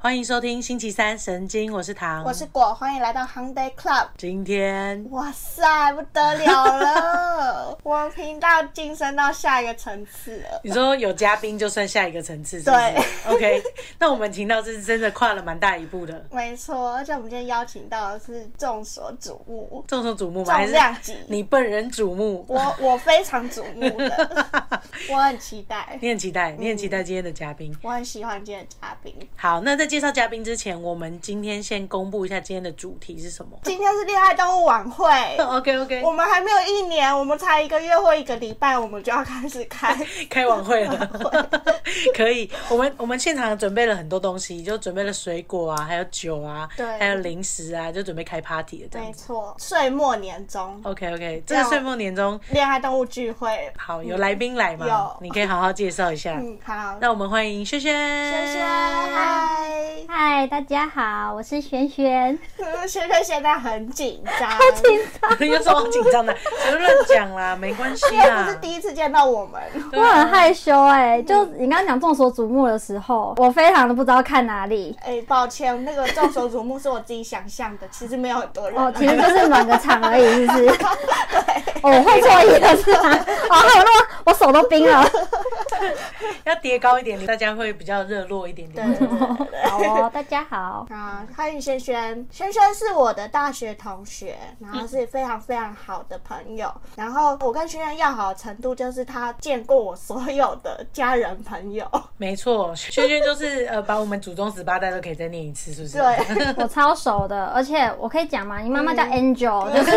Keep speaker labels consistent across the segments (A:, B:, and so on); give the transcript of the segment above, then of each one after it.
A: 欢迎收听星期三神经，我是唐，
B: 我是果，欢迎来到 Hung Day Club。
A: 今天
B: 哇塞，不得了 了！我们频道晋升到下一个层次了。
A: 你说有嘉宾就算下一个层次是不是，
B: 对
A: ，OK，那我们听到这是真的跨了蛮大一步的，
B: 没错，而且我们今天邀请到的是众所瞩目、
A: 众所瞩目吗？还
B: 重
A: 是
B: 量级，
A: 你本人瞩目？
B: 我我非常瞩目的，我很期 待，
A: 你很期待，你很期待今天的嘉宾。
B: 我很喜欢今天的嘉宾。
A: 好，那在介绍嘉宾之前，我们今天先公布一下今天的主题是什么。哦
B: 今天是恋爱动物晚 会。
A: OK OK，
B: 我们还没有一年，我们才一个月或一个礼拜，我们就要开始 开。
A: 开晚会了， 可以。我们我们现场准备了很多东西，就准备了水果啊，还有酒啊，
B: 对
A: 还有零食啊，就准备开 party 了这样
B: 没
A: 子。
B: 错，岁末年终，
A: OK OK，这个岁末年终，
B: 恋爱动物聚会。
A: 好有来宾来嘛
B: 嗯有，
A: 你可以好好介绍一下。
B: 嗯，好，
A: 那我们欢迎轩轩，
B: 轩轩，嗨，
C: 嗨，大家好，我是璇 璇。
B: 嗯轩轩现在很紧张，好
C: 啊
A: 轩， 有什么好紧张的？ 不要乱讲啦，没关系啊
B: 不是
A: 啦。
B: 第一次见到我们，
A: 对
C: 我
A: 啊
C: 很害羞哎、就你刚刚讲众所瞩目的时候，我非常的不知道看哪里。
B: 哎、抱歉，那个众所瞩目是我自己想象的，其实没有很多人。啊
C: 哦，其实就是暖个场而已，是不 是？ 哦，我会错意了是 吗？哦，害我那么我手都冰了。
A: 要叠高一点，大家会比较热络一点点。
B: 对对对对
C: 好 哦，大家好。
B: 啊，欢迎轩轩。轩轩是我的大学同学，然后是非常非常好的朋友。然后我跟轩轩要好的程度，就是他见过我所有的家人朋友。
A: 没错，轩轩就是呃，把我们祖宗十八代都可以再念一次，是不是？
B: 对，
C: 我超熟的，而且我可以讲嘛，你妈妈叫 Angel，、就是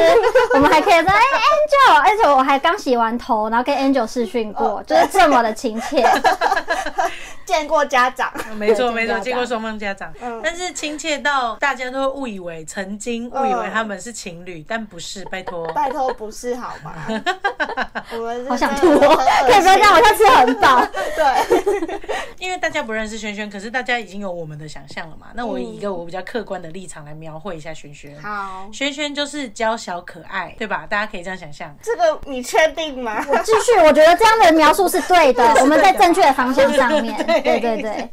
C: 我们还可以在哎、Angel，而且我还刚洗完头，然后跟 Angel 视讯过，就是这么的亲 切。
B: 见过家长。
A: 没错
C: 对
A: 没
C: 见
A: 错，
C: 家
A: 见过双方家长，
B: 嗯
A: 但是亲切到大家都会误以为曾经误以为他们是情侣，但不是，拜托。
B: 拜托，不是好 吗？我们是
C: 好想吐
B: 真的
C: 哦，
B: 很恶心
C: 可以不要让我下次很饱。
B: 对，
A: 因为大家不认识轩轩，可是大家已经有我们的想象了嘛。那我以一个我比较客观的立场来描绘一下轩轩。
B: 好，
A: 轩轩就是娇小可爱，对吧？大家可以这样想象。
B: 这个你确定吗？
C: 继续，我觉得这样的描述是对的，我们在正确的方向上面。
A: 对
C: 对对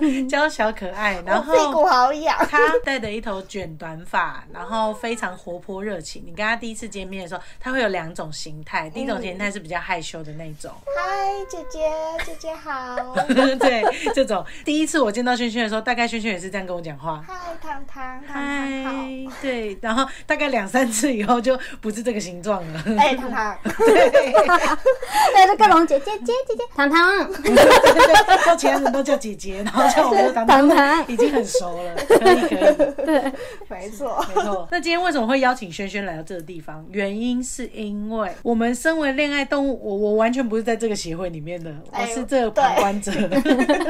C: 对，
A: 娇小可爱，然
B: 我
A: 后
B: 屁股好痒。
A: 他戴的一头卷短发，然后非常活泼热情。你跟他第一次见面的时候，他会有两种形态，第一种形态是比较害羞的那种，
B: 嗨，姐姐，姐姐好。
A: 对，这种。第一次我见到轩轩的时候，大概轩轩也是这样跟我讲话。
B: 嗨，糖糖，糖
A: 嗨
B: 糖好。，
A: 对，然后大概两三次以后就不是这个形状 了。
B: 哎、糖糖，
C: 对，就各种姐姐姐姐姐糖糖，
A: 叫其他人都叫姐姐，然后叫我们就当
C: 糖
A: 当
C: 糖，
A: 已经很熟了，可以可以，
B: 没错。
A: 没错。 那今天为什么会邀请轩轩来到这个地方？原因是因为我们身为恋爱动物，我我完全不是在这个协会里面的，我
B: 哎
A: 是这个旁观者，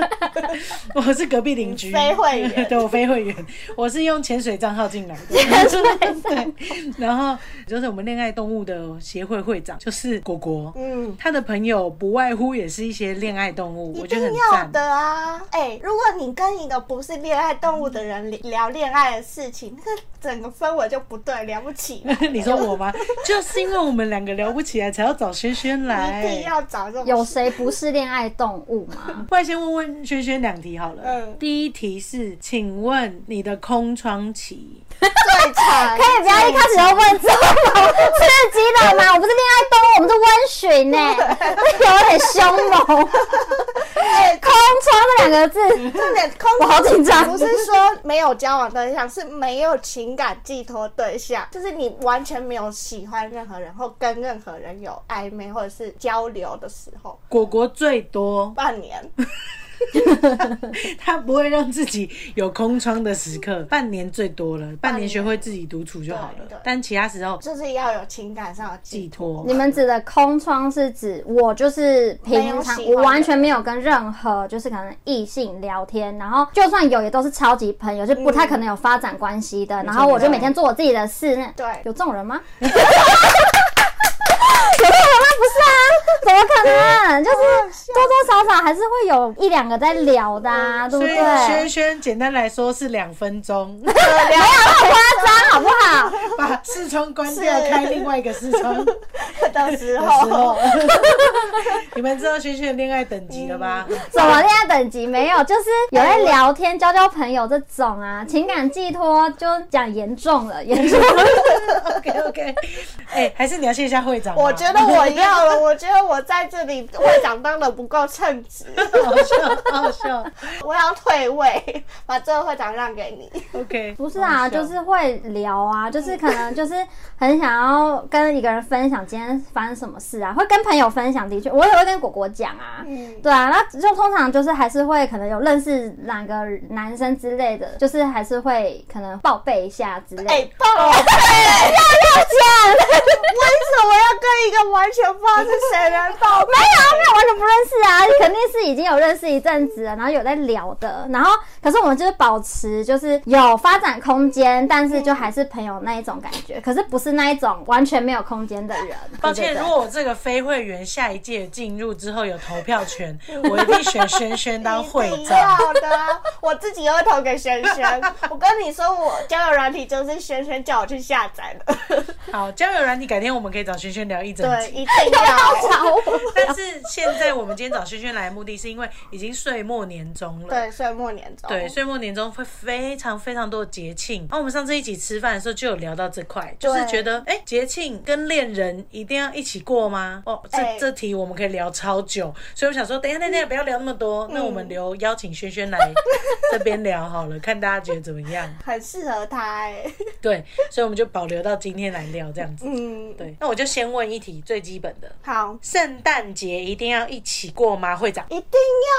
A: 我是隔壁邻居，
B: 你非会员
A: 对我非会员，我是用潜水账号进来的。 对，然后就是我们恋爱动物的协会会长，就是果果。
B: 嗯，
A: 他的朋友不外乎也是一些恋爱动物，我
B: 一
A: 觉得
B: 定
A: 很
B: 要
A: 赞。
B: 的啊！哎、如果你跟一个不是恋爱动物的人聊恋爱的事情，那个整个氛围就不对，聊不起来。
A: 你说我吗？就是因为我们两个聊不起来，才要找轩轩
B: 一定
A: 来。
B: 要找这种
C: 有谁不是恋爱动物吗？
A: 不然先问问轩轩两题好了。
B: 嗯
A: 第一题是，请问你的空窗期，
B: 最惨，
C: 可以不要一开始就问这么刺激的吗？我不是恋爱动物，我们是温驯呢，有点凶猛。空
B: 哎
C: 窗这两个字，
B: 重 点空窗
C: 我好紧张
B: 不是说没有交往对象，是没有情感寄托对象，就是你完全没有喜欢任何人或跟任何人有暧昧或者是交流的时候，
A: 果果最多，
B: 半年。
A: 他不会让自己有空窗的时刻，半年最多了，半年
B: 年
A: 学会自己独处就好
B: 对
A: 了
B: 嗯对。
A: 但其他时候
B: 就是要有情感上的
A: 寄
B: 寄托。
A: 托
C: 你。们指的空窗是指我就是平常
B: 没有喜欢的
C: 我完全没有跟任何就是可能异性聊天，然后就算有也都是超级朋友，就不太可能有发展关系
A: 嗯
C: 的。然后我就每天做我自己的事。那
B: 对
C: 有这 种人吗？有这种人吗？不是啊，怎么可能？就是多多少少还是会有一两个在聊的、啊，对不
A: 嗯所以
C: 对？
A: 轩 轩简单来说是两分钟，
C: 没有那么夸张，好不好？
A: 把事视窗关掉，
B: 是
A: 开另外一个视窗的
B: 的时
A: 时
B: 候
A: 候，
C: 啊
A: 你们知道萱萱的恋爱等级了吧？
C: 什么恋爱等级没有，就是有在聊天、交交朋友这种
A: 嗯
C: 啊，情感寄托就讲严重了，严 重了。
A: OK OK，哎、还是你要谢一下会长吧。
B: 我觉得
C: 啊
B: 我要了，我觉得我在这里会长当的不够称职，
A: 好笑，好笑。
B: 我要退位，把这个会长让给你。
A: OK，
C: 不是啊，
A: 好笑嗯
C: 就是会聊啊，就是可能就是很想要跟一个人分享今天发生什么事啊，会跟朋友分享，的确我也会跟果果讲啊。
B: 嗯，
C: 对啊，那就通常就是还是会可能有认识哪个男生之类的，就是还是会可能报备一下之类的。
B: 哎、报了，
C: 哦
A: 哎
B: 为什么要跟一个完全不知道是谁的人报备？
C: 哦没有，啊没有，完全不认识啊，肯定是已经有认识一阵子了，然后有在聊的，然后可是我们就是保持就是有发展空间，但是就还是朋友那一种感觉，可是不是那一种完全没有空间的人。
A: 抱歉，
C: 对
A: 如果我这个非会员下一届进入之后有投票权，我一定选萱萱当会
B: 一定
A: 长。
B: 要的啊，我自己也会投给轩轩。我跟你说，我交友软体就是轩轩叫我去下载的，
A: 好，交友软体改天我们可以找萱萱聊一整
B: 对，
A: 集。
B: 一定要。
C: 找我，
A: 但是现在我们今天找萱萱来的目的是因为已经岁末年终了。
B: 对，岁末年终，
A: 对，，岁末年终会非常非常多的节庆。然后我们上次一起吃饭的时候就有聊到这块，就是
B: 对
A: 觉得哎，节庆跟恋人一定要一起过吗？哦，这、
B: 哎嗯
A: 这题我们可以聊超久，所以我想说，等一下，等一下，不要聊那么多，那我们留邀请轩轩来这边聊好了，看大家觉得怎么 样。
B: 很适合他、欸。
A: 对，所以我们就保留到今天来聊这样子。
B: 嗯，
A: 对，那我就先问一题最基本的。
B: 好，
A: 圣诞节一定要一起过吗？会长，
B: 一定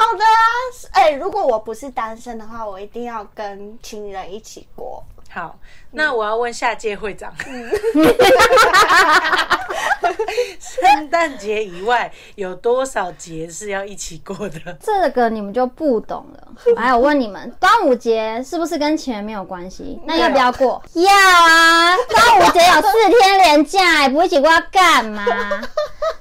B: 要的啊！哎、如果我不是单身的话，我一定要跟情人一起过。
A: 好，那我要问下届会长，圣诞节以外有多少节是要一起过的？
C: 这个你们就不懂 了。来，我问你们，端午节是不是跟情人没有关系？那要不要过？ 要啊！端午节有四天连假，也不一起过要干 嘛？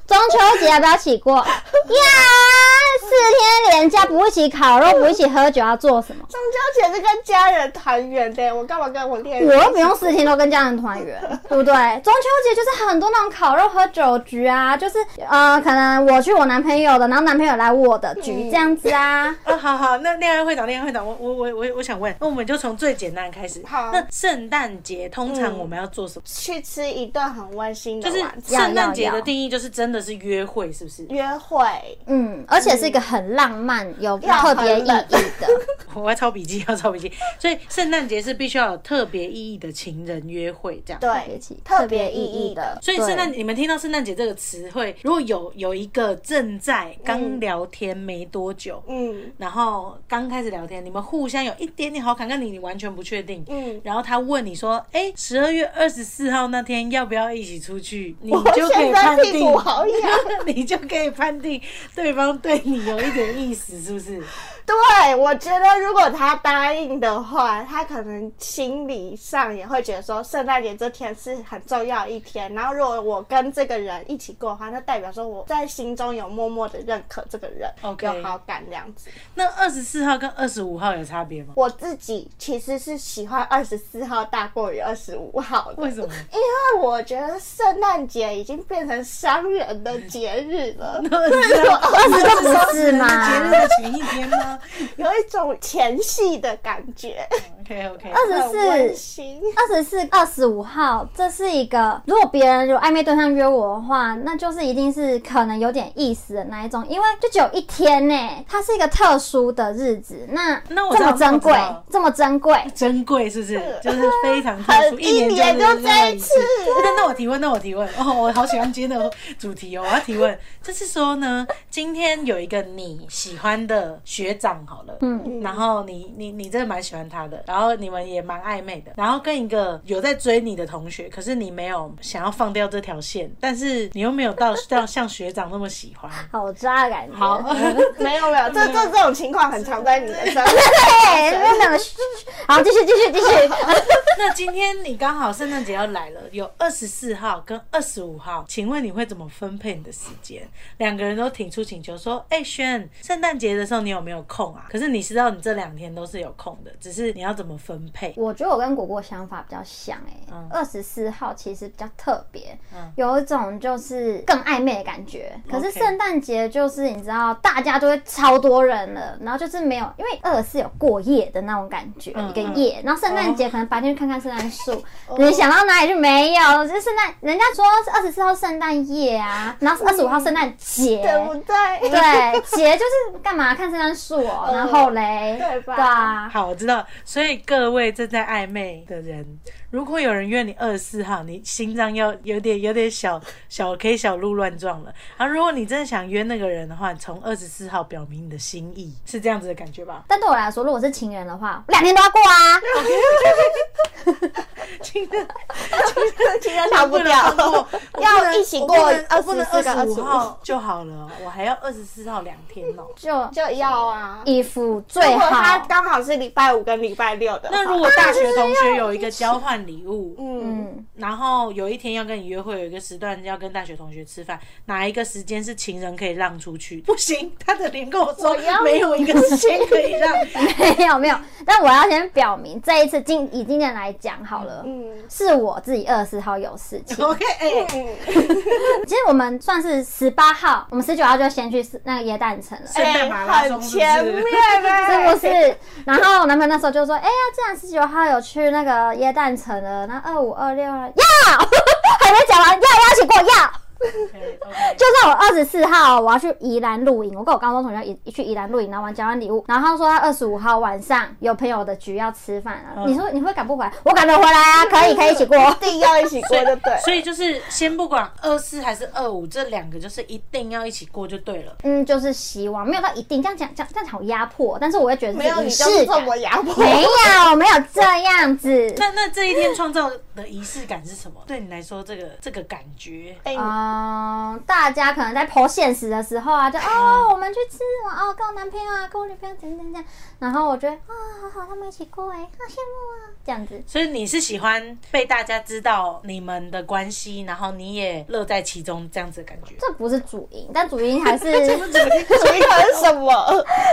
C: 中秋节要不要一起 过？要啊！四天连假不一起烤肉，不一起喝酒，要做什么？
B: 中秋节是跟家人团圆的，欸我干嘛跟我恋人？
C: 我又不用四天都跟家人团 圆，对不对？中秋节就是很多那种烤肉喝酒局啊，就是呃，可能我去我男朋友的，然后男朋友来我的局，这样子啊。
A: 啊，好好，那恋爱会长，恋爱会长，我我我我我想问，那我们就从最简单开始。
B: 好嗯
A: 那圣诞节通常我们要做什么？
B: 去吃一顿很温馨的
A: 就是
B: 晚餐，
A: 圣诞节
C: 要要
A: 的
C: 要
A: 定义就是真的是约会，是不是？
B: 约会。
C: 嗯，而且是一个很浪漫、有
B: 嗯要
C: 特别意义
B: 很
C: 的。
A: 我要抄笔记，要抄笔记。所以圣诞节是必须要有特别意义的情人约会这样。
B: 对，特
C: 特
B: 别
C: 别
B: 意
C: 意
B: 义
C: 义
B: 的
C: 的。
A: 所以圣诞，你们听到圣诞节这个词汇，如果有有一个正在刚聊天没多久，
B: 嗯
A: 然后刚开始聊天，你们互相有一点点好感，跟你你完全不确定，
B: 嗯，
A: 然后他问你说，哎、十二月二十四号那天要不要一起出去？你
B: 我
A: 就可以
B: 现
A: 判
B: 在屁
A: 定
B: 股，好痒。
A: 你就可以判定对方对你有一点意思，是不是？
B: 对，我觉得如果他答应的话，他可能心理上也会觉得说，圣诞节这天是很重要一天。然后如果我跟这个人一起过的话，那代表说我在心中有默默的认可这个人
A: OK
B: 有好感这样子。
A: 那二十四号跟二十五号有差别吗？
B: 我自己其实是喜欢二十四号大过于二十五号的，
A: 为什么？。
B: 因为我觉得圣诞节已经变成商人的节日了
A: 二十四号
C: 二十就不是
A: 节日
C: 嘛？
A: 的前一天吗
B: 有一种前戏的感觉，
A: ？OK OK，
C: 二十
B: 很温
C: 四、
B: 馨。
C: 二十四、二十五号，这是一个如果别人有暧昧对象约我的话，那就是一定是可能有点意思的那一种，因为就只有一天呢、它是一个特殊的日子，那
A: 那我
C: 这么
A: 知道
C: 珍贵
A: 那我知道，
C: 这么珍贵，
A: 珍贵是不是？就是非常特殊，
B: 很
A: 一
B: 一
A: 年
B: 年
A: 就
B: 就
A: 这
B: 这
A: 一
B: 一
A: 次
B: 次。
A: 那那我提问，那我提问哦，我好喜欢今天的主题哦，我要提问，就是说呢，今天有一个你喜欢的学长好了，嗯，然后你你你真的蛮喜欢他的，然后你们也蛮暧昧的，然后跟一个有在追你的同学，可是你没有想要放掉这条线，但是你又没有到到像学长那么喜欢，
C: 好渣的感 觉。
A: 好。
B: 没有没有，这这这种情况很常在你的身上。
C: 对，那两个，好，继续继续继续。
A: 那今天你刚好圣诞节要来了，有二十四号跟二十五号，请问你会怎么分配你的时间？两个人都提出请求说：“哎、轩，圣诞节的时候你有没有空啊？”可是你知道你这两天都是有空的，只是你要怎怎么分配？
C: 我觉得我跟果果想法比较像哎、
A: 嗯
C: 欸，二十四号其实比较特别，
A: 嗯
C: 有一种就是更暧昧的感觉。可是
A: OK
C: 圣诞节就是你知道，大家都会超多人了，然后就是没有，因为二十四有过夜的那种感觉，
A: 嗯哦
C: 一个夜。然后圣诞节可能白天去看看圣诞树，你想到哪里去没有？就是圣诞，人家说二十四号圣诞夜啊，然后二十五号圣诞 节。
B: 对不对？
C: 对，节就是干嘛看圣诞树哦，然后嘞，
B: 对吧
C: 对啊，
A: 好，我知道。所以各位正在暧昧的人，如果有人约你二十四号，你心脏要有点有点小小 K 小鹿乱撞了。然后，如果你真的想约那个人的话，你从二十四号表明你的心意，是这样子的感觉吧？
C: 但对我来说，如果是情人的话，我两天都要 过啊。
A: 亲的，
B: 情人逃不掉， 要一起过
A: 我
B: 二
A: 不
B: 十
A: 能
B: 四跟
A: 二
B: 二
A: 十
B: 十
A: 五号就好了，我还要二十四号两天哦。
C: 就
B: 就要啊。
C: 衣服
B: 如
C: 最
B: 果他
C: 好，
B: 刚好是礼拜五跟礼拜六的话，
A: 那如果大学同学有一个交换礼 物，
B: 嗯，
C: 嗯，
A: 然后有一天要跟你约会，有一个时段要跟大学同学吃饭，哪一个时间是情人可以让出去？ 不行，他的脸跟我说
B: 我要
A: 没有一个时间可以让。
C: 没有没有，但我要先表明，这一次今以今年来讲好了。
B: 嗯
C: 是我自己二十号有事 情，
A: OK，哎、
B: 嗯，
C: 其实我们算是十八号，我们十九号就先去那个耶诞城了，
A: 圣诞马拉
B: 哎
A: 松
B: 很
A: 是不是
B: 前面哎，
C: 是不是？然后我男朋友那时候就说，哎呀，既然十九号有去那个耶诞城了，那二五二六要 还没讲完，要要一起过要。
A: OK，OK，OK，
C: 就算我二十四号我要去宜兰露营，我跟我高中同学一去宜兰露营，然后玩交换礼物，然后他说他二十五号晚上有朋友的局要吃饭啊，
A: 嗯
C: 你说你会赶不回来？我赶得回来啊，可以可以一起过。
B: 嗯一定要一起过就 对。
A: 所以就是先不管二四还是二五，这两个就是一定要一起过就对了。
C: 嗯，就是希望没有到一定这样讲，这样这样好压迫，但是我也觉得
B: 没有
C: 是
B: 你
C: 仪
B: 就
C: 式
B: 这
C: 感。
B: 么压迫，
C: 没有没有这样子
A: 那那这一天创造的仪式感是什么？对你来说，这个这个感觉，
B: 哎
C: 嗯，大家可能在剖现实的时候啊，就哦，我们去吃完哦，跟我男朋友啊，跟我女朋友怎样怎样怎样，然后我觉得啊、好好，他们一起过哎、好羡慕啊，这样子。
A: 所以你是喜欢被大家知道你们的关系，然后你也乐在其中这样子的感觉。
C: 这不是主因，但主因还是
B: 主意可是什么？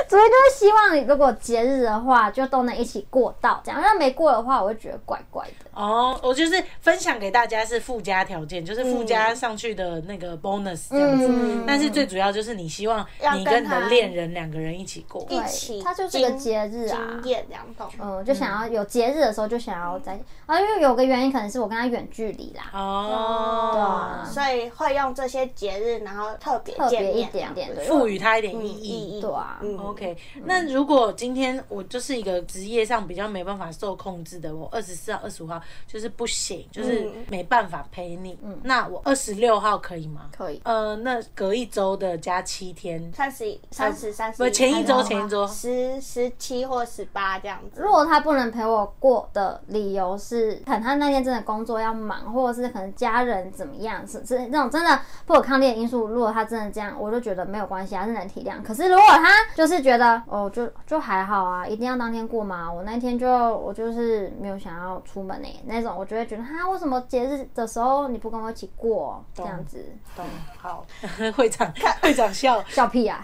C: 主因就是希望，如果节日的话，就都能一起过到这样。要没过的话，我会觉得怪怪的。
A: 哦，我就是分享给大家是附加条件，就是附加上去的那个 bonus 这样子。
C: 嗯
A: 但是最主要就是你希望
B: 要
A: 你
B: 跟
A: 跟你的
B: 他
A: 恋人两个人一起过。
B: 一起
C: 对，它就是个
B: 经
C: 节日啊
B: 经。验两种，
C: 嗯，就想要有节日的时候就想要在啊，因为有个原因可能是我跟他远距离啦，
B: 嗯
A: 哦，
C: 对
B: 啊所以会用这些节日，然后特别
C: 特
B: 见
C: 别一
B: 面
C: 点点的，
A: 赋予它一点
B: 嗯
A: 意义。
C: 对啊
B: 嗯
A: OK，那如果今天我就是一个职业上比较没办法受控制的，我二十四号、二十五号就是不行，就是
B: 嗯
A: 没办法陪你。那我二十六号可以吗？
C: 可以。
A: 呃，那隔一周的加七天，
B: 三十一、三十、三十
A: 不
B: 一，
A: 前一周
B: 还有
A: 前一周
B: 十、十七或十八这样子。
C: 如果他不能陪我过的理由是，可能他那天真的工作要忙，或者是可能家人怎么样，是是那种真的不可抗力的因素。如果他真的这样，我就觉得没有关系，还是能体谅。可是如果他就是觉得哦，就就还好啊，一定要当天过嘛，我那天就啊我就是没有想要出门诶、那种，我就会觉得哈，为什么节日的时候你不跟我一起过这样子？
A: 懂？好， 会长会长笑。
C: 笑屁啊！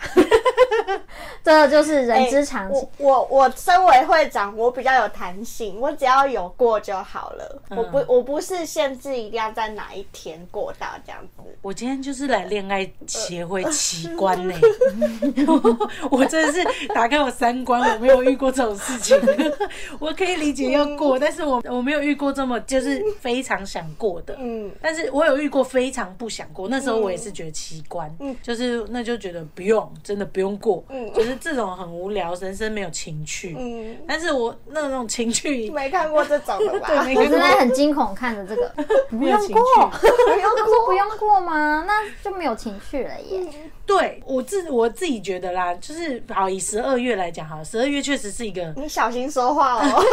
C: 这就是人之常情。
B: 我哎我我身为会长，我比较有弹性，我只要有过就好了。我不我不是限制一定要在哪一天过到这样子。
A: 我今天就是来恋爱协会奇观 呢、
B: 嗯
A: 我真的是打开我三观，我没有遇过这种事情。 我可以理解要
B: 嗯
A: 过，但是我我没有遇过这么就是非常想过的。
B: 嗯，
A: 但是我有遇过非常不想过，那时候我也是觉得奇观，就是那就觉得不用，真的不用过，
B: 嗯
A: 就是这种很无聊，人生没有情趣。
B: 嗯
A: 但是我那种情趣，
B: 没看过这种 的吧？
A: 对，没
C: 我
A: 看
C: 正在
A: 过，
C: 很惊恐看着这个，不
A: 有
C: 用
A: 情趣
C: 过，不用过，不用过吗？那就没有情趣了耶。
A: 对我自我自己觉得啦，就是好以十二月来讲，好了，十二月确实是一个
B: 你小心说话 哦。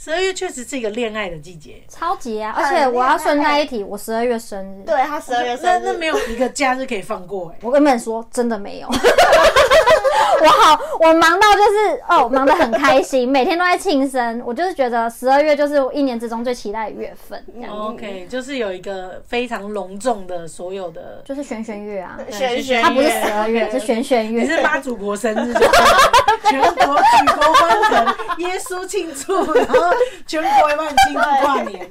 A: 十二月确实是一个恋爱的季节，
C: 超级啊！而且我要顺带一提，我十二月生日，
B: 对他十二月
A: 那
B: 生
A: 那
B: 日
A: 没有一个假日可以放过哎、
C: 我跟你们说，真的没有。 我好，我忙到就是哦，忙得很开心，每天都在庆生。我就是觉得十二月就是我一年之中最期待的月份，这样
A: OK，就是有一个非常隆重的所有的，
C: 就是玄玄月啊，
B: 玄玄
C: 它不是
B: 月
C: 十二月，是玄玄
A: 你
C: 月。
A: 是妈祖国生日就对了，全国举国欢腾，耶稣庆祝，然后全国一万庆祝跨年。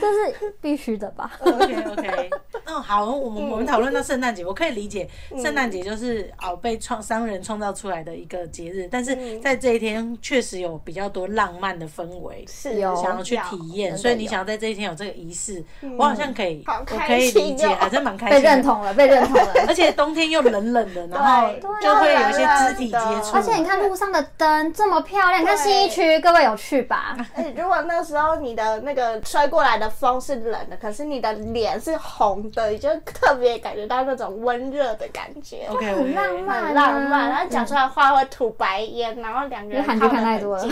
C: 这是必须的吧？
A: OK OK，嗯，好，我们我们讨论到圣诞节，我可以理解，
B: 嗯
A: 圣诞节就是哦被创商人创造出来的一个节日，但是
B: 嗯
A: 在这一天确实有比较多浪漫的氛围。
B: 是
C: 有
A: 想要去体
C: 哦真
A: 验，
C: 的
A: 所以你
C: 有嗯
A: 想要在这一天有这个仪式，我好像可以，
B: 好
A: 我
B: 开
A: 可以理
B: 心
A: 解，
B: 哦
A: 还真蛮开
C: 被
A: 心的。
C: 认同了，被认同了。
A: 而且冬天又冷冷 的，然后
B: 对
A: 就会有一些
C: 啊
A: 肢体
B: 对
A: 接触。
C: 而且你看路上的灯这么漂亮，你看
B: 哦对
C: 新一区，各位有去 吧？
B: 哎如果那时候你的那个吹过来的风是冷的，可是你的脸是红的，你就特别感觉到那种温热的感觉。
A: ，OK，
C: 很浪漫
B: 很浪漫，
C: 嗯
B: 然后讲出来话会吐白烟，然后两个人
C: 因为韩剧
B: 靠得
C: 看太
B: 很
C: 多了
B: 近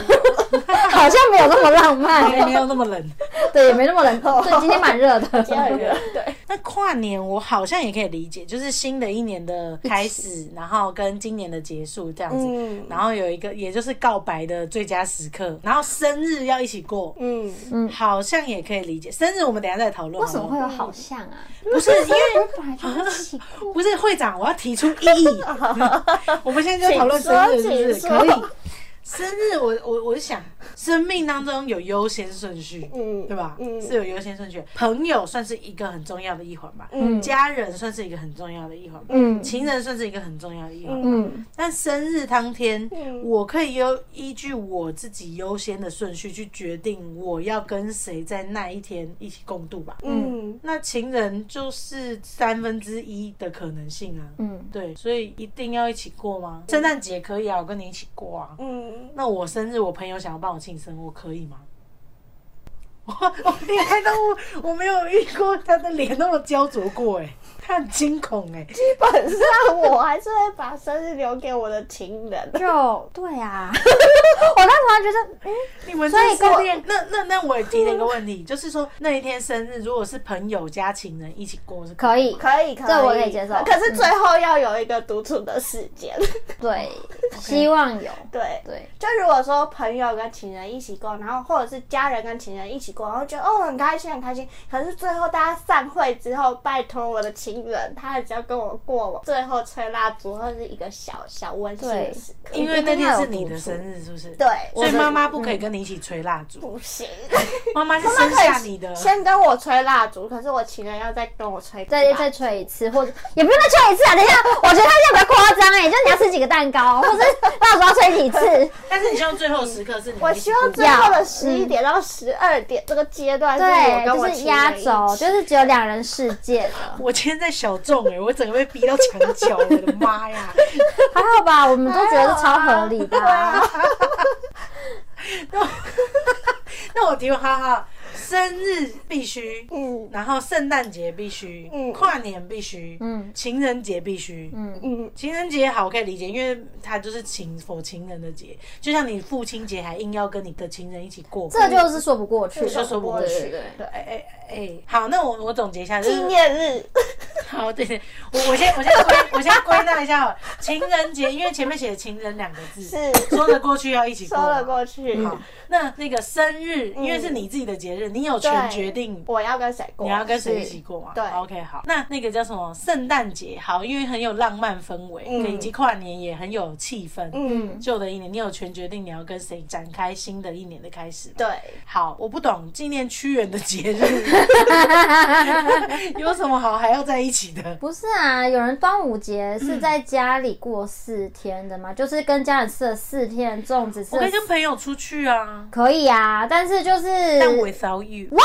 C: 好像没有那么浪
A: 没没
C: 漫，
A: 有那么冷。
C: 对，也没那么冷。对，今天蛮热的，
B: 也很热，对，
A: 那跨年我好像也可以理解，就是新的一年的开始，然后跟今年的结束这样子，
B: 嗯
A: 然后有一个也就是告白的最佳时刻，然后生日要一起过。
B: 嗯，
A: 好像也可以理解，生日我们等一下再讨论。
C: 为什么
A: 好不
C: 会
A: 好
C: 有好像啊？
A: 不是因为
C: 本来就一起，
A: 不是会长，我要提出异 议。我们现在就讨论生日，是不
B: 请
A: 是
B: 说
A: 可
B: 请说
A: 以？生日我，我我想，生命当中有优先顺序，
B: 嗯
A: 对吧？
B: 嗯
A: 是有优先顺序。朋友算是一个很重要的一环吧，
B: 嗯
A: 家人算是一个很重要的一环吧，
C: 嗯
A: 情人算是一个很重要的一环吧。
C: 嗯，
A: 但生日当天，
B: 嗯
A: 我可以优依据我自己优先的顺序去决定我要跟谁在那一天一起共度吧。
B: 嗯，
A: 那情人就是三分之一的可能性啊。
C: 嗯，
A: 对，所以一定要一起过吗？圣诞节可以啊，我跟你一起过啊。
B: 嗯，
A: 那我生日，我朋友想要帮我庆生，我可以吗？ 我我恋爱到我我没有遇过他的脸那么焦灼过哎、他很惊恐哎、
B: 基本上我还是会把生日留给我的情人。
C: 就对啊。 我当时还觉得，嗯，
A: 你们
C: 所
A: 真
C: 以
A: 是
C: 跟
A: 恋那那那我也提了一个问题，就是说那一天生日，如果是朋友加情人一起过是
C: 可以，
B: 可以，可以，
C: 这我可以接受
B: 可是最后要有一个独处的时间。
C: 对，希望有，
B: 对，
C: 对，
B: 就如果说朋友跟情人一起过，然后或者是家人跟情人一起过，然后觉得哦很开心很开心，可是最后大家散会之后，拜托我的情人，他还只要跟我过我最后吹蜡烛或是一个小小温馨的时刻。
A: 因为那天是你的生日，是不是？
B: 对，
A: 所以
B: 我的
A: 妈妈不可以跟你一起吹蜡烛，
B: 不行，
A: 妈妈是
B: 妈
A: 生下你的。
B: 先跟我吹蜡烛，可是我情人要再跟我吹，
C: 再再吹一次，或者也不用再吹一次啊。等一下，我觉得他这样比较夸张哎，就你要吃几个蛋糕，或是到时候吹几次，
A: 但是你希望最后时刻是你
B: 我
A: 一起
B: 希望
A: 过
B: 最后的
C: 要
B: 十一点到十二点这个阶段，是我
C: 对，
B: 跟
C: 就
B: 我
C: 是
B: 情
C: 压
B: 人一
C: 轴，
B: 起
C: 就是只有两人世界的，
A: 我今天在小众哎、我整个被逼到墙角，我的妈呀！
C: 还好吧？我们都觉得是超合理的啊。
A: 那我提问，哈哈，生日必须，
B: 嗯
A: 然后圣诞节必须，
B: 嗯
A: 跨年必须，
C: 嗯
A: 情人节必须，嗯，
B: 嗯
A: 情人节好我可以理解，因为它就是情否情人的节，就像你父亲节还硬要跟你的情人一起过，
C: 这就是说不过去
B: 这
C: 了，
B: 就
A: 说不过去
C: 对对对
A: 哎哎哎，好，那我我总结一下，就是
B: 纪念日，
A: 好，对对，我我先我先归 我先归纳一下好了，情人节，因为前面写“情人”两个字，
B: 是
A: 说得过去要一起过
B: 说
A: 嘛，
B: 了过去，
A: 好，那那个生日，因为是你自己的节日，你有权
B: 嗯对，
A: 决定
B: 我要跟谁过，
A: 你要跟谁一
C: 是
A: 起过嘛。
B: 对
A: ，OK，好。那那个叫什么？圣诞节，好，因为很有浪漫氛围，
B: 嗯
A: 以及跨年也很有气氛。
B: 嗯，
A: 旧的一年，你有权决定你要跟谁展开新的一年的开始嘛。
B: 对，
A: 好，我不懂纪念屈原的节日 有什么好还要在一起的？
C: 不是啊，有人端午节是在家里过四天的嘛，就是跟家人吃了四天粽子，吃
A: 我
C: 了
A: 可以跟朋友出去啊，
C: 可以啊，但是就是
A: 但
C: why
A: without you，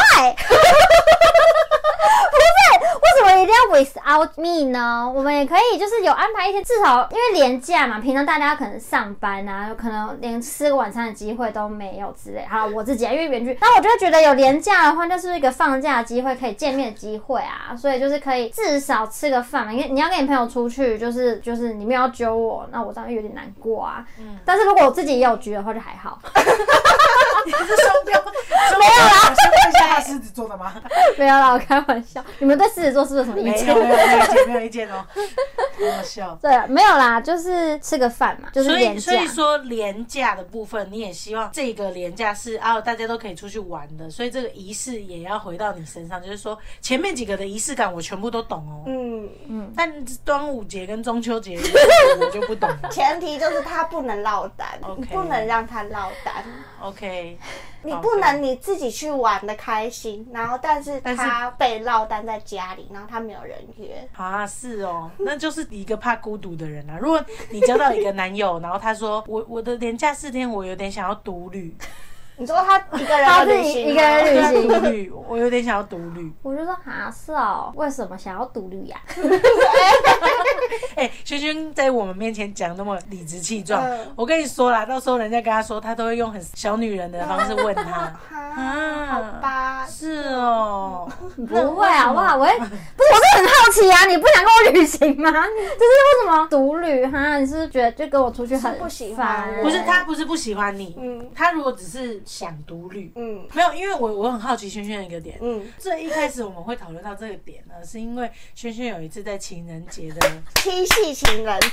C: 为什么一定要 without me 呢？我们也可以就是有安排一天，至少因为连假嘛，平常大家可能上班啊，有可能连吃个晚餐的机会都没有之类。好，我自己啊，因为远距，那我就会觉得有连假的话，那是一个放假的机会，可以见面的机会啊，所以就是可以至少吃个饭嘛。因为你要跟你朋友出去，就是就是你们要揪我，那我当然有点难过啊。但是如果我自己也有局的话，就还好。
A: 你是双标，没有啦，先问一下他狮子座的吗？
C: 没有啦，我开玩笑。你们对狮子座是不是有什么意
A: 没
C: 见？
A: 有没有没有没有意见，没有意见哦，好好笑。
C: 对啊，没有啦，就是吃个饭嘛，就是
A: 所
C: 廉
A: 以，
C: 价
A: 所。以说廉价的部分，你也希望这个廉价是啊，大家都可以出去玩的，所以这个仪式也要回到你身上，就是说前面几个的仪式感我全部都懂哦，
B: 嗯，
A: 但端午节跟中秋节我就不懂了。
B: 前提就是他不能落单
A: OK
B: 不能让他落单，
A: OK，
B: 你
A: 好
B: 不能你自己去玩的开心，然后但是
A: 但是
B: 他被落单在家里，然后他没有人约，
A: 啊，是哦，那就是一个怕孤独的人啊。如果你交到一个男友，然后他说我我的连假四天，我有点想要独旅，
B: 你说他一个人
C: 他
B: 要
C: 自
B: 旅
C: 己
B: 行吗
C: 一个人旅
A: 对啊
C: 行
A: 独旅，我有点想要独旅。
C: 我就说哈是哦，为什么想要独啊 立呀？
A: 哎、轩轩在我们面前讲那么理直气壮，
B: 嗯
A: 我跟你说啦，到时候人家跟他说，他都会用很小女人的方式问他。
B: 啊，好吧，
A: 是 哦，
C: 不会好不好？我会 不是，我是很好奇啊，你不想跟我旅行吗？ 就是为什么独旅哈？你是不是觉得就跟我出去很
B: 是不喜欢
C: 烦？
B: 我
A: 不是他不是不喜欢你，
B: 嗯
A: 他如果只是想独旅，
B: 嗯
A: 没有，因为我我很好奇轩轩的一个点。
B: 嗯，
A: 这一开始我们会讨论到这个点呢，是因为轩轩有一次在情人节 的活
B: 七夕情人节，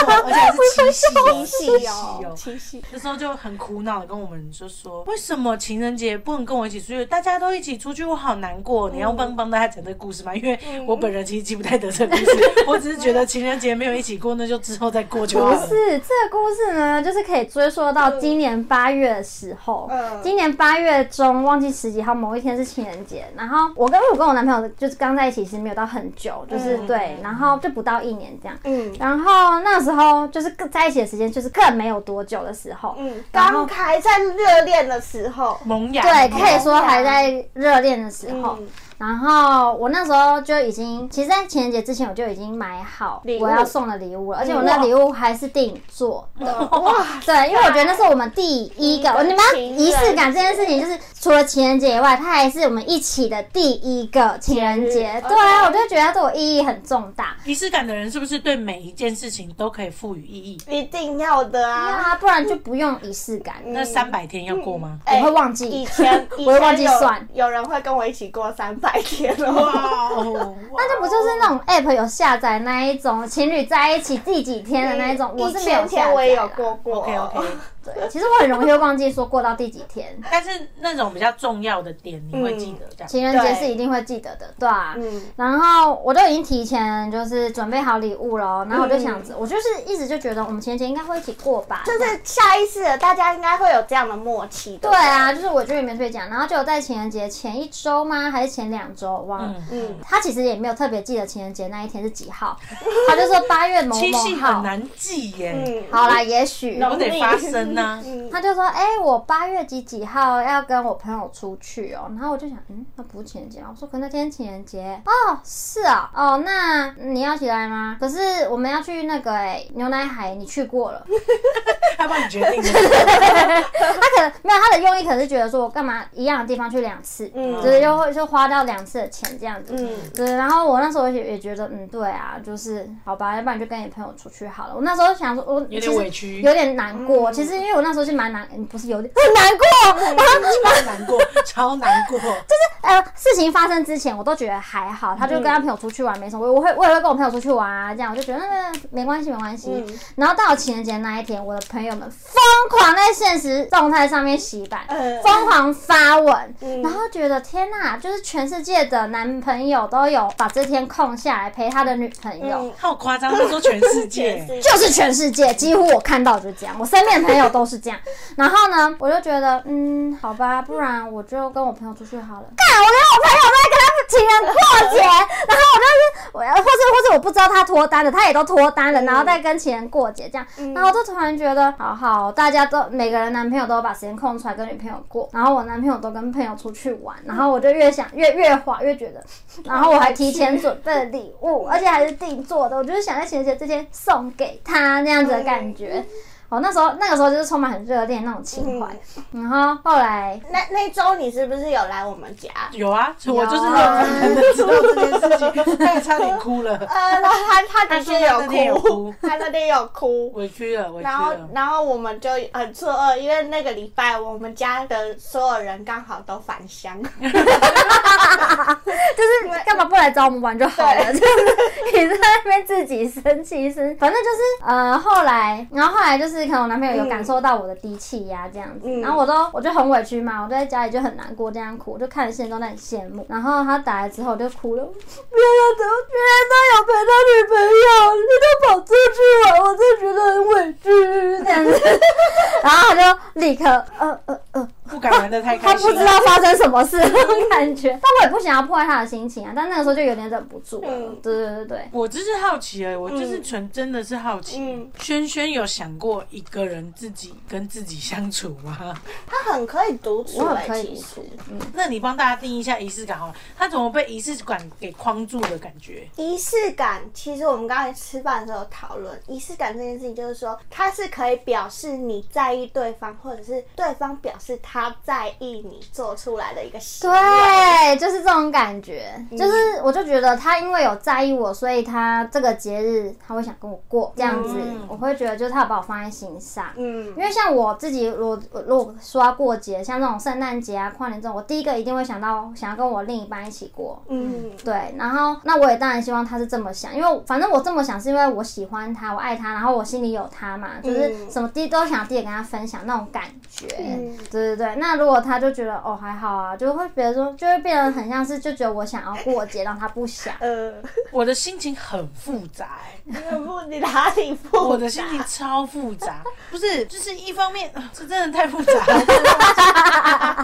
A: 动，而且还是七夕哦，
B: 七夕
A: 七夕
B: 哦
A: 哦，
B: 七夕，
A: 那时候就很苦恼的跟我们说说，为什么情人节不能跟我一起出去？大家都一起出去，我好难过。你要帮帮大家讲这个故
C: 嗯
A: 事吗？因为我本人其实记不太得这个故事，我只是觉得情人节没有一起过，那就之后再过就好
C: 不
A: 了。
C: 是这个故事呢，就是可以追溯到今年八月的时候，
B: 嗯
C: 今年八月中忘记十几号某一天是情人节，然后我跟我跟我男朋友就是刚在一起，其实没有到很久，就是、
A: 嗯
C: 对，然后就不到一年这样。
B: 嗯
C: 然后那时候就是更在一起的时间，就是更没有多久的时候，
B: 嗯，
C: 然后
B: 刚开在热恋的时候，
A: 萌芽，
C: 对，
A: 萌
C: 可
A: 芽
C: 以说还在热恋的时候。
B: 嗯
C: 然后我那时候就已经，其实，在情人节之前我就已经买好
B: 礼物
C: 我要送的礼物了，而且我那礼物还是定做的。
B: 哇，
C: 对，因为我觉得那是我们第一
B: 嗯第
C: 个，
B: 一个
C: 你们要仪式感这件事情，就是除了情人节以外，它还是我们一起的第一个情人
B: 节
C: 节
B: 日。
C: 对啊，我就觉得它对我意义很重大。
A: 仪式感的人是不是对每一件事情都可以赋予意义？
B: 一定要的
C: 对
B: 啊，
C: 啊，不然就不用仪式感。
A: 那三百天要过吗？
C: 我会忘记
B: 哎以 前以前
C: 我会忘记
B: 有
C: 算
B: 有人会跟我一起过三百天哦。
A: 哇哦，
C: 嗯那就不就是那种 app 有下载那一种情侣在一起第几天的那 一种，我
B: 一
C: 是没有
B: 千
C: 下
B: 天我
C: 载
B: 也有
C: 啦。
B: 过过
A: OK OK，
C: 对，其实我很容易会忘记说过到第几天，
A: 但是那种比较重要的点你会记得这样。
C: 情人节
B: 对
C: 是一定会记得的，对啊。
B: 嗯
C: 然后我都已经提前就是准备好礼物了，然后我就想着，我就是一直就觉得我们情人节应该会一起过吧，
B: 嗯就是下意识的，大家应该会有这样的默契的。
C: 对啊，就是我就也没特别讲，然后就有在情人节前一周吗？还是前两周？我忘了。
A: 嗯，
B: 嗯，
C: 他其实也没有特别记得情人节那一天是几号，他就说八月某
A: 七
C: 某
A: 夕很
C: 号。
A: 难记耶，
B: 嗯，
C: 好啦，也许
A: 我得发啊声呢。
B: 嗯，
C: 他就说：“哎、我八月几几号要跟我朋友出去哦。”然后我就想，嗯，那不是情人节啊？我说，可那天情人节哦，是啊，哦，那你要起来吗？可是我们要去那个、哎牛奶海，你去过了。
A: 他帮你决定的。
C: 他可能没有他的用意，可能是觉得说我干嘛一样的地方去两次，
B: 嗯
C: 就是又会就花掉两次的钱这样子。
B: 嗯
C: 对，然后我那时候也也觉得，嗯，对啊，就是好吧，要不然就跟你朋友出去好了。我那时候想说，我
A: 有点
C: 其实
A: 委屈
C: 有点难过。
B: 嗯
C: 其实因为我那时候是蛮难，嗯不是有点很难过， 然后
A: 超难过， 超难过。
C: 呃，事情发生之前我都觉得还
B: 嗯
C: 好，他就跟他朋友出去玩没什么，我我会我也会跟我朋友出去玩啊，这样我就觉得嗯没关系没关系。
B: 嗯
C: 然后到了情人节那一天，我的朋友们疯狂在现实动态上面洗版
B: 嗯，
C: 疯、狂发文，
B: 嗯
C: 然后觉得天呐，就是全世界的男朋友都有把这天空下来陪他的女朋友。
B: 嗯
A: 好夸张，他说全世界，
C: 就是全世界，几乎我看到就是这样，我身边的朋友都是这样。然后呢，我就觉得，嗯，好吧，不然我就跟我朋友出去好了。干，我跟我朋友都在跟他情人过节，然后我就是我，或是或是我不知道他脱单了，他也都脱单了，然后再跟情人过节这样。然后我就突然觉得，好好，大家都每个人男朋友都有把时间空出来跟女朋友过，然后我男朋友都跟朋友出去玩，然后我就越想越越滑越觉得，然后我还提前准备了礼物，而且还是定做的，我就是想在情人节这天送给他那样子的感觉。哦，那时候那个时候就是充满很热恋那种情怀，然后后来
B: 那那周你是不是有来我们家？
A: 有啊，我就是让真的知道这件事情，他也差点哭了，
B: 呃，他他的确
A: 他说他那天有
B: 有
A: 哭
B: 哭，他那天有哭。
A: 委屈了，委屈
B: 然后
A: 了，。
B: 然后我们就很错愕，因为那个礼拜我们家的所有人刚好都返乡，
C: 就是干嘛不来找我们玩就好了，这样子 你在那边自己生气生，反正就是呃后来，然后后来就是可能我男朋友有感受到我的低气压这样子，
B: 嗯
C: 然后我都我就很委屈嘛，我就在家里就很难过这样哭，我就看着现在都很羡慕，然后他打来之后我就哭了，别人都别人都有陪他女朋友，你都跑出去玩，我真的觉得很委屈这 样子，然后他就立刻呃呃呃
A: 不敢玩的太
C: 他
A: 开
C: 不
A: 心了。
C: 知道发生什么事
B: 嗯
C: 那种感觉，但我也不想要破 坏他的心情啊。但那个时候就有点忍不住了，
B: 嗯
C: 对对对对，
A: 我就是好奇哎、我就是纯真的是好奇。
B: 嗯
A: 轩轩有想过一个人自己跟自己相处吗？
B: 他很可以独处、
C: 我
B: 欸，
C: 很可以
B: 其实
C: 哭，嗯，
A: 那你帮大家定义一下仪式感好了，他怎么被仪式感给框住的感觉？
B: 仪式感，其实我们刚才吃饭的时候有讨论，仪式感这件事情，就是说它是可以表示你在意对方，或者是对方表示他在意你做出来的一个行为。
C: 对，就是这种感觉，就是我就觉得他因为有在意我，所以他这个节日他会想跟我过这样子
A: 嗯，
C: 我会觉得就是他有把我放在心上，
B: 嗯
C: 因为像我自己，如果如果说要过节，像这种圣诞节啊、跨年这种，我第一个一定会想到想要跟我另一半一起过，
B: 嗯
C: 对，然后那我也当然希望他是这么想，因为反正我这么想是因为我喜欢他，我爱他，然后我心里有他嘛，就是
B: 嗯
C: 什么第都想第一跟他分享那种感觉。
B: 嗯
C: 对对对，那如果他就觉得哦还好啊，就会觉得说就会变得很像是就觉得我想要过节，让他不想。
B: 呃，
A: 我的心情很复杂、欸。
B: 你不，你哪里不？
A: 我的心情超复杂，不是，就是一方面，啊这真的太复杂了，真的太复杂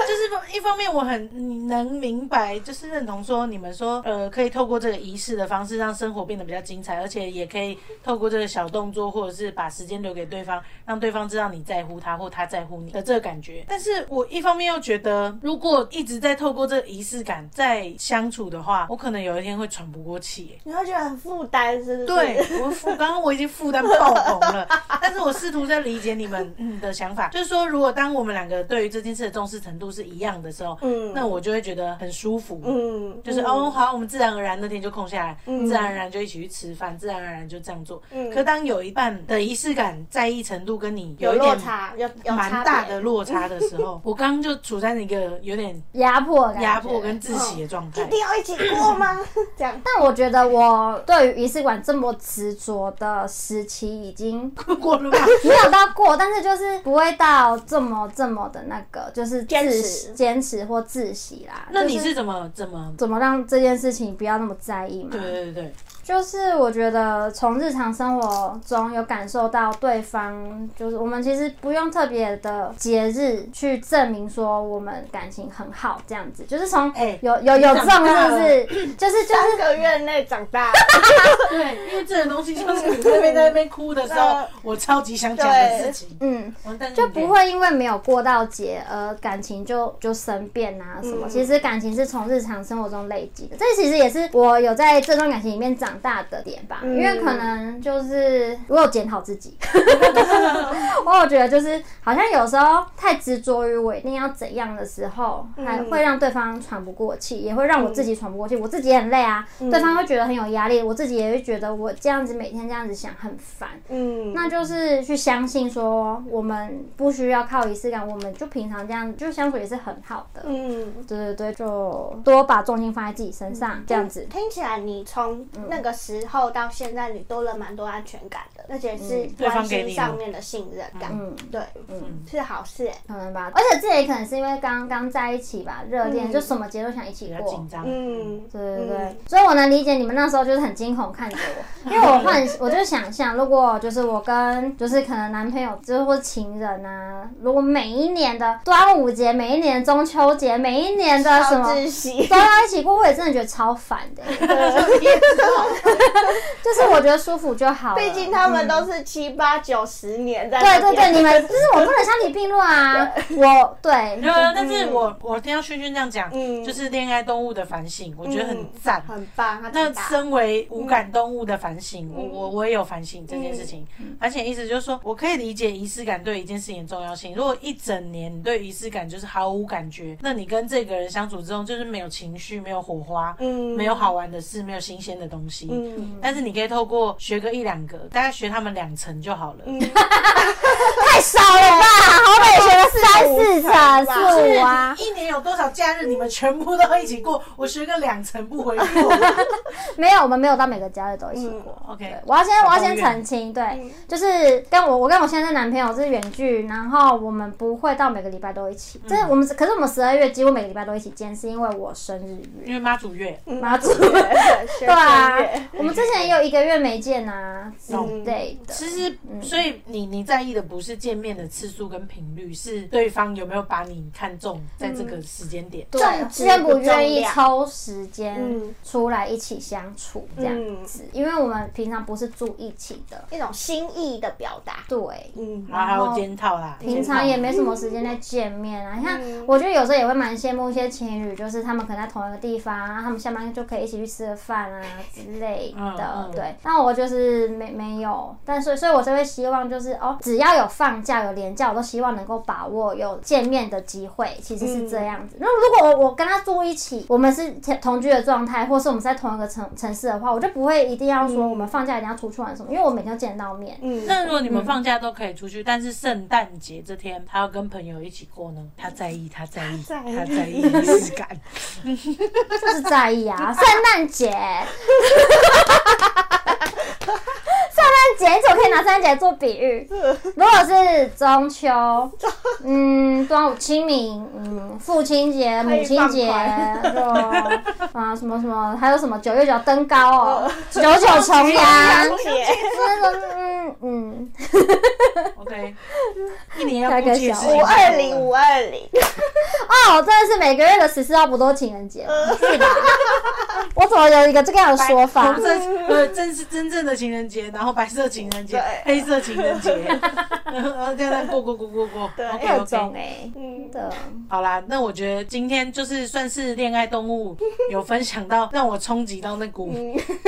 A: 就是一方面我很能明白，就是认同说你们说，呃，可以透过这个仪式的方式让生活变得比较精彩，而且也可以透过这个小动作或者是把时间留给对方，让对方知道你在乎他或他在乎你的这个感觉。但是我一方面又觉得，如果一直在透过这个仪式感在相处的话，我可能有一天会喘不过气、欸
B: 你会觉得很负担，是不是？
A: 对，我负，刚刚我已经负担爆棚 了，但是我试图在理解你们嗯的想法，就是说，如果当我们两个对于这件事的重视程度是一样的时候，
B: 嗯
A: 那我就会觉得很舒服，
B: 嗯，
A: 就是、
B: 嗯
A: 哦，好，我们自然而然那天就空下来，
B: 嗯
A: 自然而然就一起去吃饭，自然而然就这样做。
B: 嗯
A: 可当有一半的仪式感在意程度跟你
B: 有
A: 一
B: 落
A: 点
B: 差，有有
A: 蛮
B: 差
A: 大
B: 别
A: 的落差的时候，我刚刚就处在那个有点
C: 压迫的感觉，
A: 压迫跟窒息的状态
B: 一。定要一起 过吗？这样，
C: 但我觉得我对于仪式感这么执着的时期已经
A: 过了吧？
C: 没有到过，但是就是不会到这么这么的那个，就是
B: 坚
C: 自
B: 持
C: 坚持或自习啦。
A: 那你
C: 就是
A: 怎么怎么？
C: 怎么让这件事情不要那么在意嘛？
A: 对对对对，
C: 就是我觉得从日常生活中有感受到对方，就是我们其实不用特别的节日去证明说我们感情很好，这样子就是从
A: 哎
C: 有有有这种
A: 长大
C: 是
A: 了
C: 不是？就是 就
B: 三
C: 是
B: 个月内长大，
A: 对，因为这个东西就是你在那边在那边哭的时候
B: 嗯，
A: 我超级想讲的事情，
C: 嗯，
A: 完蛋
C: 就不。会因为没有过到节而感情就就生变啊什么。
B: 嗯
C: 其实感情是从日常生活中累积的，这其实也是我有在这段感情里面长大的点吧。
B: 嗯
C: 因为可能就是我有检讨自 己，我有觉得就是好像有时候太执着于我一定要怎样的时候，还
B: 嗯
C: 会让对方喘不过气，也会让我自己喘不过气，我自己也很累啊，
B: 嗯
C: 对方会觉得很有压力，我自己也会觉得我这样子每天这样子想很烦。
B: 嗯，
C: 那就是去相信说，我们不需要靠仪式感，我们就平常这样就相处也是很好的。
B: 嗯。
C: 对对对，就多把重心放在自己身上，这样子。
B: 听起来你从那个时候到现在，你多了蛮多安全感的，而且是
A: 嗯对
B: 关
A: 方给
B: 系
A: 你
B: 上
A: 的
B: 面的信任感。
C: 嗯，
B: 对，是好事欸。
C: 可能吧。而且这也可能是因为刚刚在一起吧，热恋，
B: 嗯
C: 就什么节都想一起
A: 比较
C: 过
A: 紧。张，嗯，
B: 嗯，
C: 对对对，
B: 嗯
C: 所以我能理解你们那时候就是很惊恐看着 我，因为我幻，我就想象，如果就是我跟就是可能男朋友，就是或情人啊，如果每一年的端午节、每一年的中秋节、每一年的什
B: 超
C: 么
B: 窒息。
C: 都啊要一起过，我也真的觉得超烦的、 就是我觉得舒服就好了。
B: 毕竟他们都是七八九十年在
C: 对
B: 那
C: 对
B: 边嗯
C: 对，你们就是我不能相提并论啊。我对
A: 没有啊，但是我我听到轩轩这样讲，
B: 嗯
A: 就是恋爱动物的反省，我觉得很赞。
B: 很棒。他
A: 那
B: 长大
A: 身为无感动物的反省，我我我也有反省这件事情，反省意思就是说，我可以理解仪式感对一件事情的重要性。如果一整年你对仪式感就是毫无感觉，那你跟这个人相处之中就是没有情绪，没有火花，
B: 嗯
A: 没有好玩的事，没有新鲜的东西，
B: 嗯
A: 但是你可以透过学个一两个，大概学他们两成就好了。
B: 嗯，
C: 太少了吧，好歹也学了四三
B: 成
C: 四成
B: 吧
C: 四五 啊，
A: 一年有多少假日，你们全部都一起过？我学个两成不回过。
C: 没有，我们没有到每个假日都一起
B: 嗯
C: 过。对
A: OK，
C: 我要先
A: 小
C: 我要
A: 公园
C: 先澄清，对，就是跟我我跟我现在男朋友是远距，然后我们不会到每个礼拜都一起，这是我们可是我们十二月几乎每个礼拜都一起见，是因为我生日月。
A: 因为妈祖月，
C: 妈
B: 嗯
C: 祖，
B: 对啊
C: 对啊，我们之前也有一个月没见啊之
B: 嗯
A: 懂
C: 类的。
A: 其实所以你你在意的不是见面的次数跟频率，是对方有没有把你看中在这个时间点。
C: 对
B: 重质
C: 愿不
B: 啊不重
C: 愿意
B: 量
C: 抽时间
B: 嗯
C: 出来一起相处这样
B: 嗯
C: 子？因为我们平常不是住一起的，
B: 一种心意的表达。
C: 对，
B: 嗯，
A: 然后还有检讨啦，
C: 嗯平常也没什么时间在见面啊。你看，
B: 嗯
C: 我觉得有时候也会蛮羡慕一些情侣，就是他们可能在同一个地方，然后他们下班就可以一起去吃个饭啊之类
A: 嗯
C: 的。
A: 嗯
C: 对，但我就是没没有，但是所以我就会希望就是哦，只要有放假有连假，我都希望能够把握有见面的机会。其实是这样子。那、如果我我跟他住一起，我们是同居的状态，或是我们是在同一个城城市的话，我就不会一定要说我们放假一定要出去玩什么，因为我每天都见得到面。
B: 嗯，
A: 那如果你们放假都可以出去，但是圣诞节这天他要跟朋友一起过呢？他在意，他在意，
B: 在意
A: 他在意仪式感。
C: 就是在意啊， 圣诞节。圣诞节，你怎么可以拿圣诞节做比喻？如果是中秋，嗯，端午、清明，嗯，父亲节、
B: 可以
C: 母亲节，
B: 放
C: 就啊什么什么，还有什么九月九登高哦，九九 重阳，
B: 中秋节
C: 那种嗯嗯，
A: OK，一年要
C: 开
A: 估
C: 个
A: 计的
C: 小
A: 事情
B: 五二零
A: 太多
B: 五
A: 了
B: 二零，
C: 哦，真的是每个月的十四号不都情人节吗？是吧？我怎么有一个这样的 说法？
A: 这呃，真是真正的情人节，然后白色情人节、黑
B: 对
A: 色情人 节，然后这样过过过过过
B: 对
A: ，OK
C: 各种
A: OK，
C: 哎，真
B: 嗯，
C: 的。
A: 好啦，那我觉得今天就是算是恋爱动物有分享到，让我冲击到那股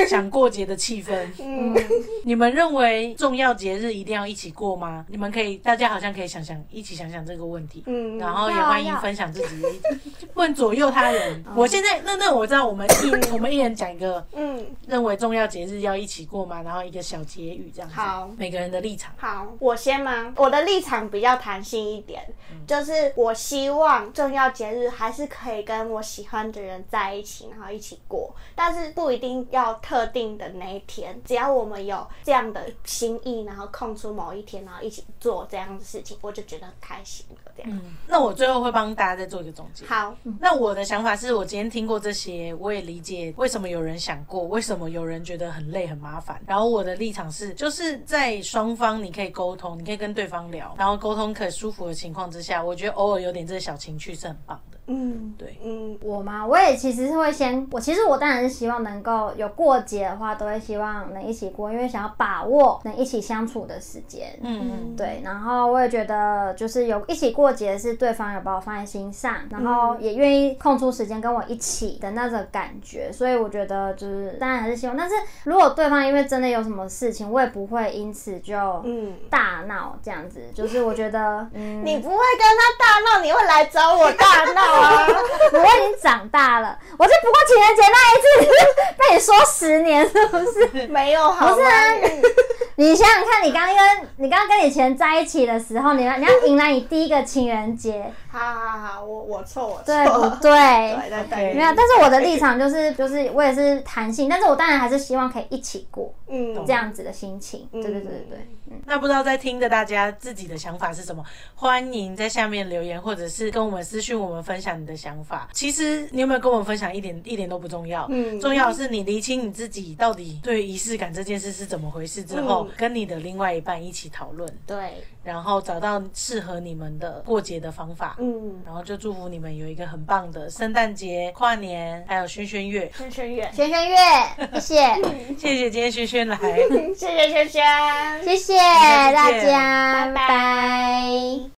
A: 想过节的气氛。
B: 嗯，
A: 你们认为重要节日一定要一起过吗？你们可以，大家好像可以想想，一起想想这个问题。
B: 嗯
A: 然后也
C: 要啊
A: 欢迎
C: 要
A: 分享自己的意见，不能左右他人。
B: 哦
A: 我现在那那我知道，我们一我们一人讲一个
B: 嗯，
A: 认为重要节日要一起过吗？然后一个小结语这样子。
B: 好
A: 每个人的立场。
B: 好，我先吗？我的立场比较弹性一点，就是我希望重要节日还是可以跟我喜欢的人在一起，然后一起过，但是不一定要特定的那一天，只要我们有这样的心意，然后空出某一天，然后一起做这样的事情，我就觉得很开心了。这样，
A: 嗯，那我最后会帮大家再做一个总结。
B: 好，
A: 那我的想法是我今天听过这些，我也理解为什么有人想过，为什么有人觉得很累很麻烦。然后我的立场是，就是在双方你可以沟通，你可以跟对方聊，然后沟通可舒服的情况之下，我觉得偶尔有点这小情趣是很棒的。
B: 嗯，
A: 对
B: 嗯，
C: 我吗？我也其实是会先，我其实我当然是希望能够有过节的话，都会希望能一起过，因为想要把握能一起相处的时间。
A: 嗯嗯，
C: 对，然后我也觉得，就是有一起过节是对方有把我放在心上，然后也愿意空出时间跟我一起的那种感觉，所以我觉得就是当然还是希望，但是如果对方因为真的有什么事情，我也不会因此就
B: 嗯。
C: 大闹这样子，就是我觉得，嗯，
B: 你不会跟他大闹，你会来找我大闹啊！
C: 我已经长大了，我就不过情人节那一次 被你说十年，是不是？
B: 没有好吗？
C: 不是啊 你想想看，你刚跟你刚跟你前任在一起的时候，你要你要迎来你第一个情人节，
B: 好好好，我我错我错，
C: 对不对？
B: 对对
A: OK
B: 对，
C: 没有，但是我的立场就是就是我也是弹性，但是我当然还是希望可以一起过
B: 嗯，
C: 这样子的心情。对对对对对。
A: 那不知道在听的大家自己的想法是什么？欢迎在下面留言，或者是跟我们私讯，我们分享你的想法。其实你有没有跟我们分享一点一点都不重要，
B: 嗯
A: 重要的是你厘清你自己到底对于仪式感这件事是怎么回事之后，
B: 嗯
A: 跟你的另外一半一起讨论，
B: 对，
A: 然后找到适合你们的过节的方法。
B: 嗯，
A: 然后就祝福你们有一个很棒的圣诞节、跨年，还有轩轩月。
B: 轩轩远，
C: 轩轩月，谢谢
A: 谢谢今天轩轩来，
B: 谢谢轩轩。
C: 谢谢
A: 再见
C: 大
B: 拜
C: 家，
B: 拜
C: 拜拜